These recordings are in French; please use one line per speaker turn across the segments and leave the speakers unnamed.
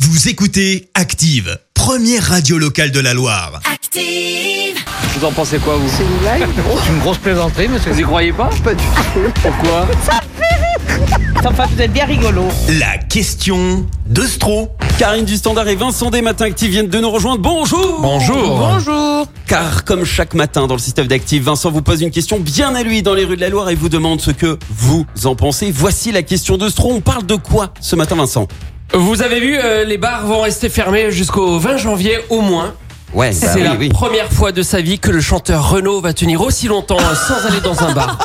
Vous écoutez Active, première radio locale de la Loire.
Active.
Vous en pensez quoi, vous
C'est une blague
C'est une grosse plaisanterie, monsieur. Vous y croyez pas
Pas du tout.
Pourquoi
Enfin, vous êtes bien rigolo.
La question de Stro.
Karine du Standard et Vincent des Matins Actifs viennent de nous rejoindre. Bonjour Bonjour Bonjour Car comme chaque matin dans le système d'Active, Vincent vous pose une question bien à lui dans les rues de la Loire et vous demande ce que vous en pensez. Voici la question de Stro. On parle de quoi ce matin Vincent
Vous avez vu, euh, les bars vont rester fermés jusqu'au 20 janvier au moins.
Ouais, bah
C'est
oui,
la
oui.
première fois de sa vie que le chanteur Renaud va tenir aussi longtemps euh, sans aller dans un bar.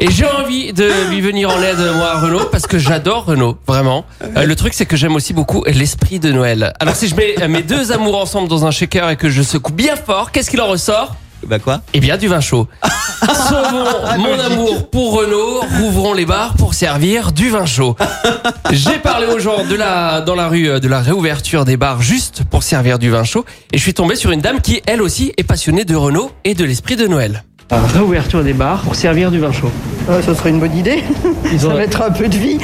Et j'ai envie de lui venir en aide, moi, à Renaud, parce que j'adore Renaud, vraiment. Euh, le truc, c'est que j'aime aussi beaucoup l'esprit de Noël. Alors, si je mets euh, mes deux amours ensemble dans un shaker et que je secoue bien fort, qu'est-ce qu'il en ressort
Bah quoi Ah,
Eh bien, du vin chaud. Sauvons mon amour pour Renault, rouvrons les bars pour servir du vin chaud. J'ai parlé aux gens de la, dans la rue euh, de la réouverture des bars juste pour servir du vin chaud et je suis tombé sur une dame qui, elle aussi, est passionnée de Renault et de l'esprit de Noël.
Réouverture des bars pour servir du vin chaud.
Euh, ce serait une bonne idée.
Ils
Ça
ont-
mettra un peu de vie.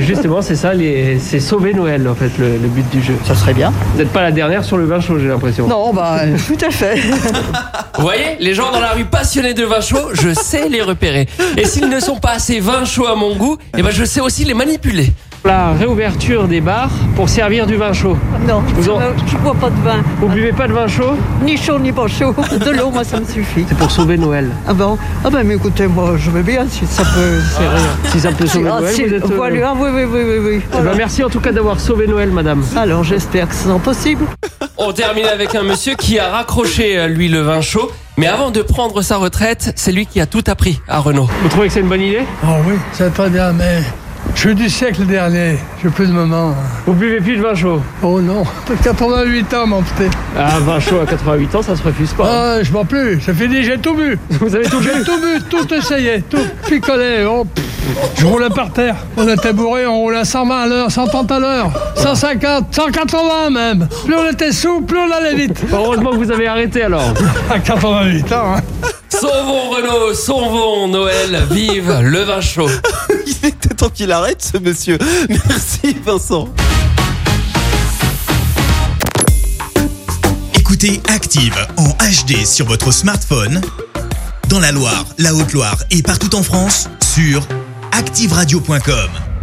Justement, c'est ça, les... c'est sauver Noël en fait, le, le but du jeu.
Ça serait bien.
Vous n'êtes pas la dernière sur le vin chaud, j'ai l'impression.
Non, bah, euh, tout à fait.
Vous voyez, les gens dans la rue passionnés de vin chaud, je sais les repérer. Et s'ils ne sont pas assez vin chaud à mon goût, eh ben je sais aussi les manipuler.
La réouverture des bars pour servir du vin chaud.
Non,
Vous en-
je je bois pas de vin,
Vous buvez pas de vin chaud
ni chaud ni pas chaud. De l'eau, moi, ça me suffit.
C'est pour sauver Noël.
Ah bon Ah ben, mais écoutez, moi, je veux bien si ça peut servir.
Ah, Si ça peut sauver
Ah,
Noël,
si-
vous êtes. euh,
voilà, ah, oui, oui, oui, oui, oui.
Eh ben,
Voilà.
merci en tout cas d'avoir sauvé Noël, madame.
Alors, j'espère que c'est impossible.
On termine avec un monsieur qui a raccroché, euh, lui, le vin chaud. Mais avant de prendre sa retraite, c'est lui qui a tout appris à Renault.
Vous trouvez que c'est une bonne idée
Ah oui, c'est très bien, mais je suis du siècle dernier, j'ai plus de maman.
Vous buvez plus de vin chaud
Oh non, 88 ans, mon petit.
Ah, vin chaud à 88 ans, ça se refuse pas.
Ah, je bois plus, c'est fini, j'ai tout bu.
Vous avez tout bu
J'ai tout bu, tout essayé, tout picolé. oh, pff. je roulais par terre. On était bourré, on roulait à 120 à l'heure, 130 à l'heure, 150, 180 même. Plus on était souple, plus on allait vite.
Heureusement que vous avez arrêté alors.
À 88 ans, hein.
Sauvons Renault, sauvons Noël, vive le vin chaud.
Il était temps qu'il arrête ce monsieur. Merci Vincent.
Écoutez Active en HD sur votre smartphone, dans la Loire, la Haute-Loire et partout en France, sur activeradio.com.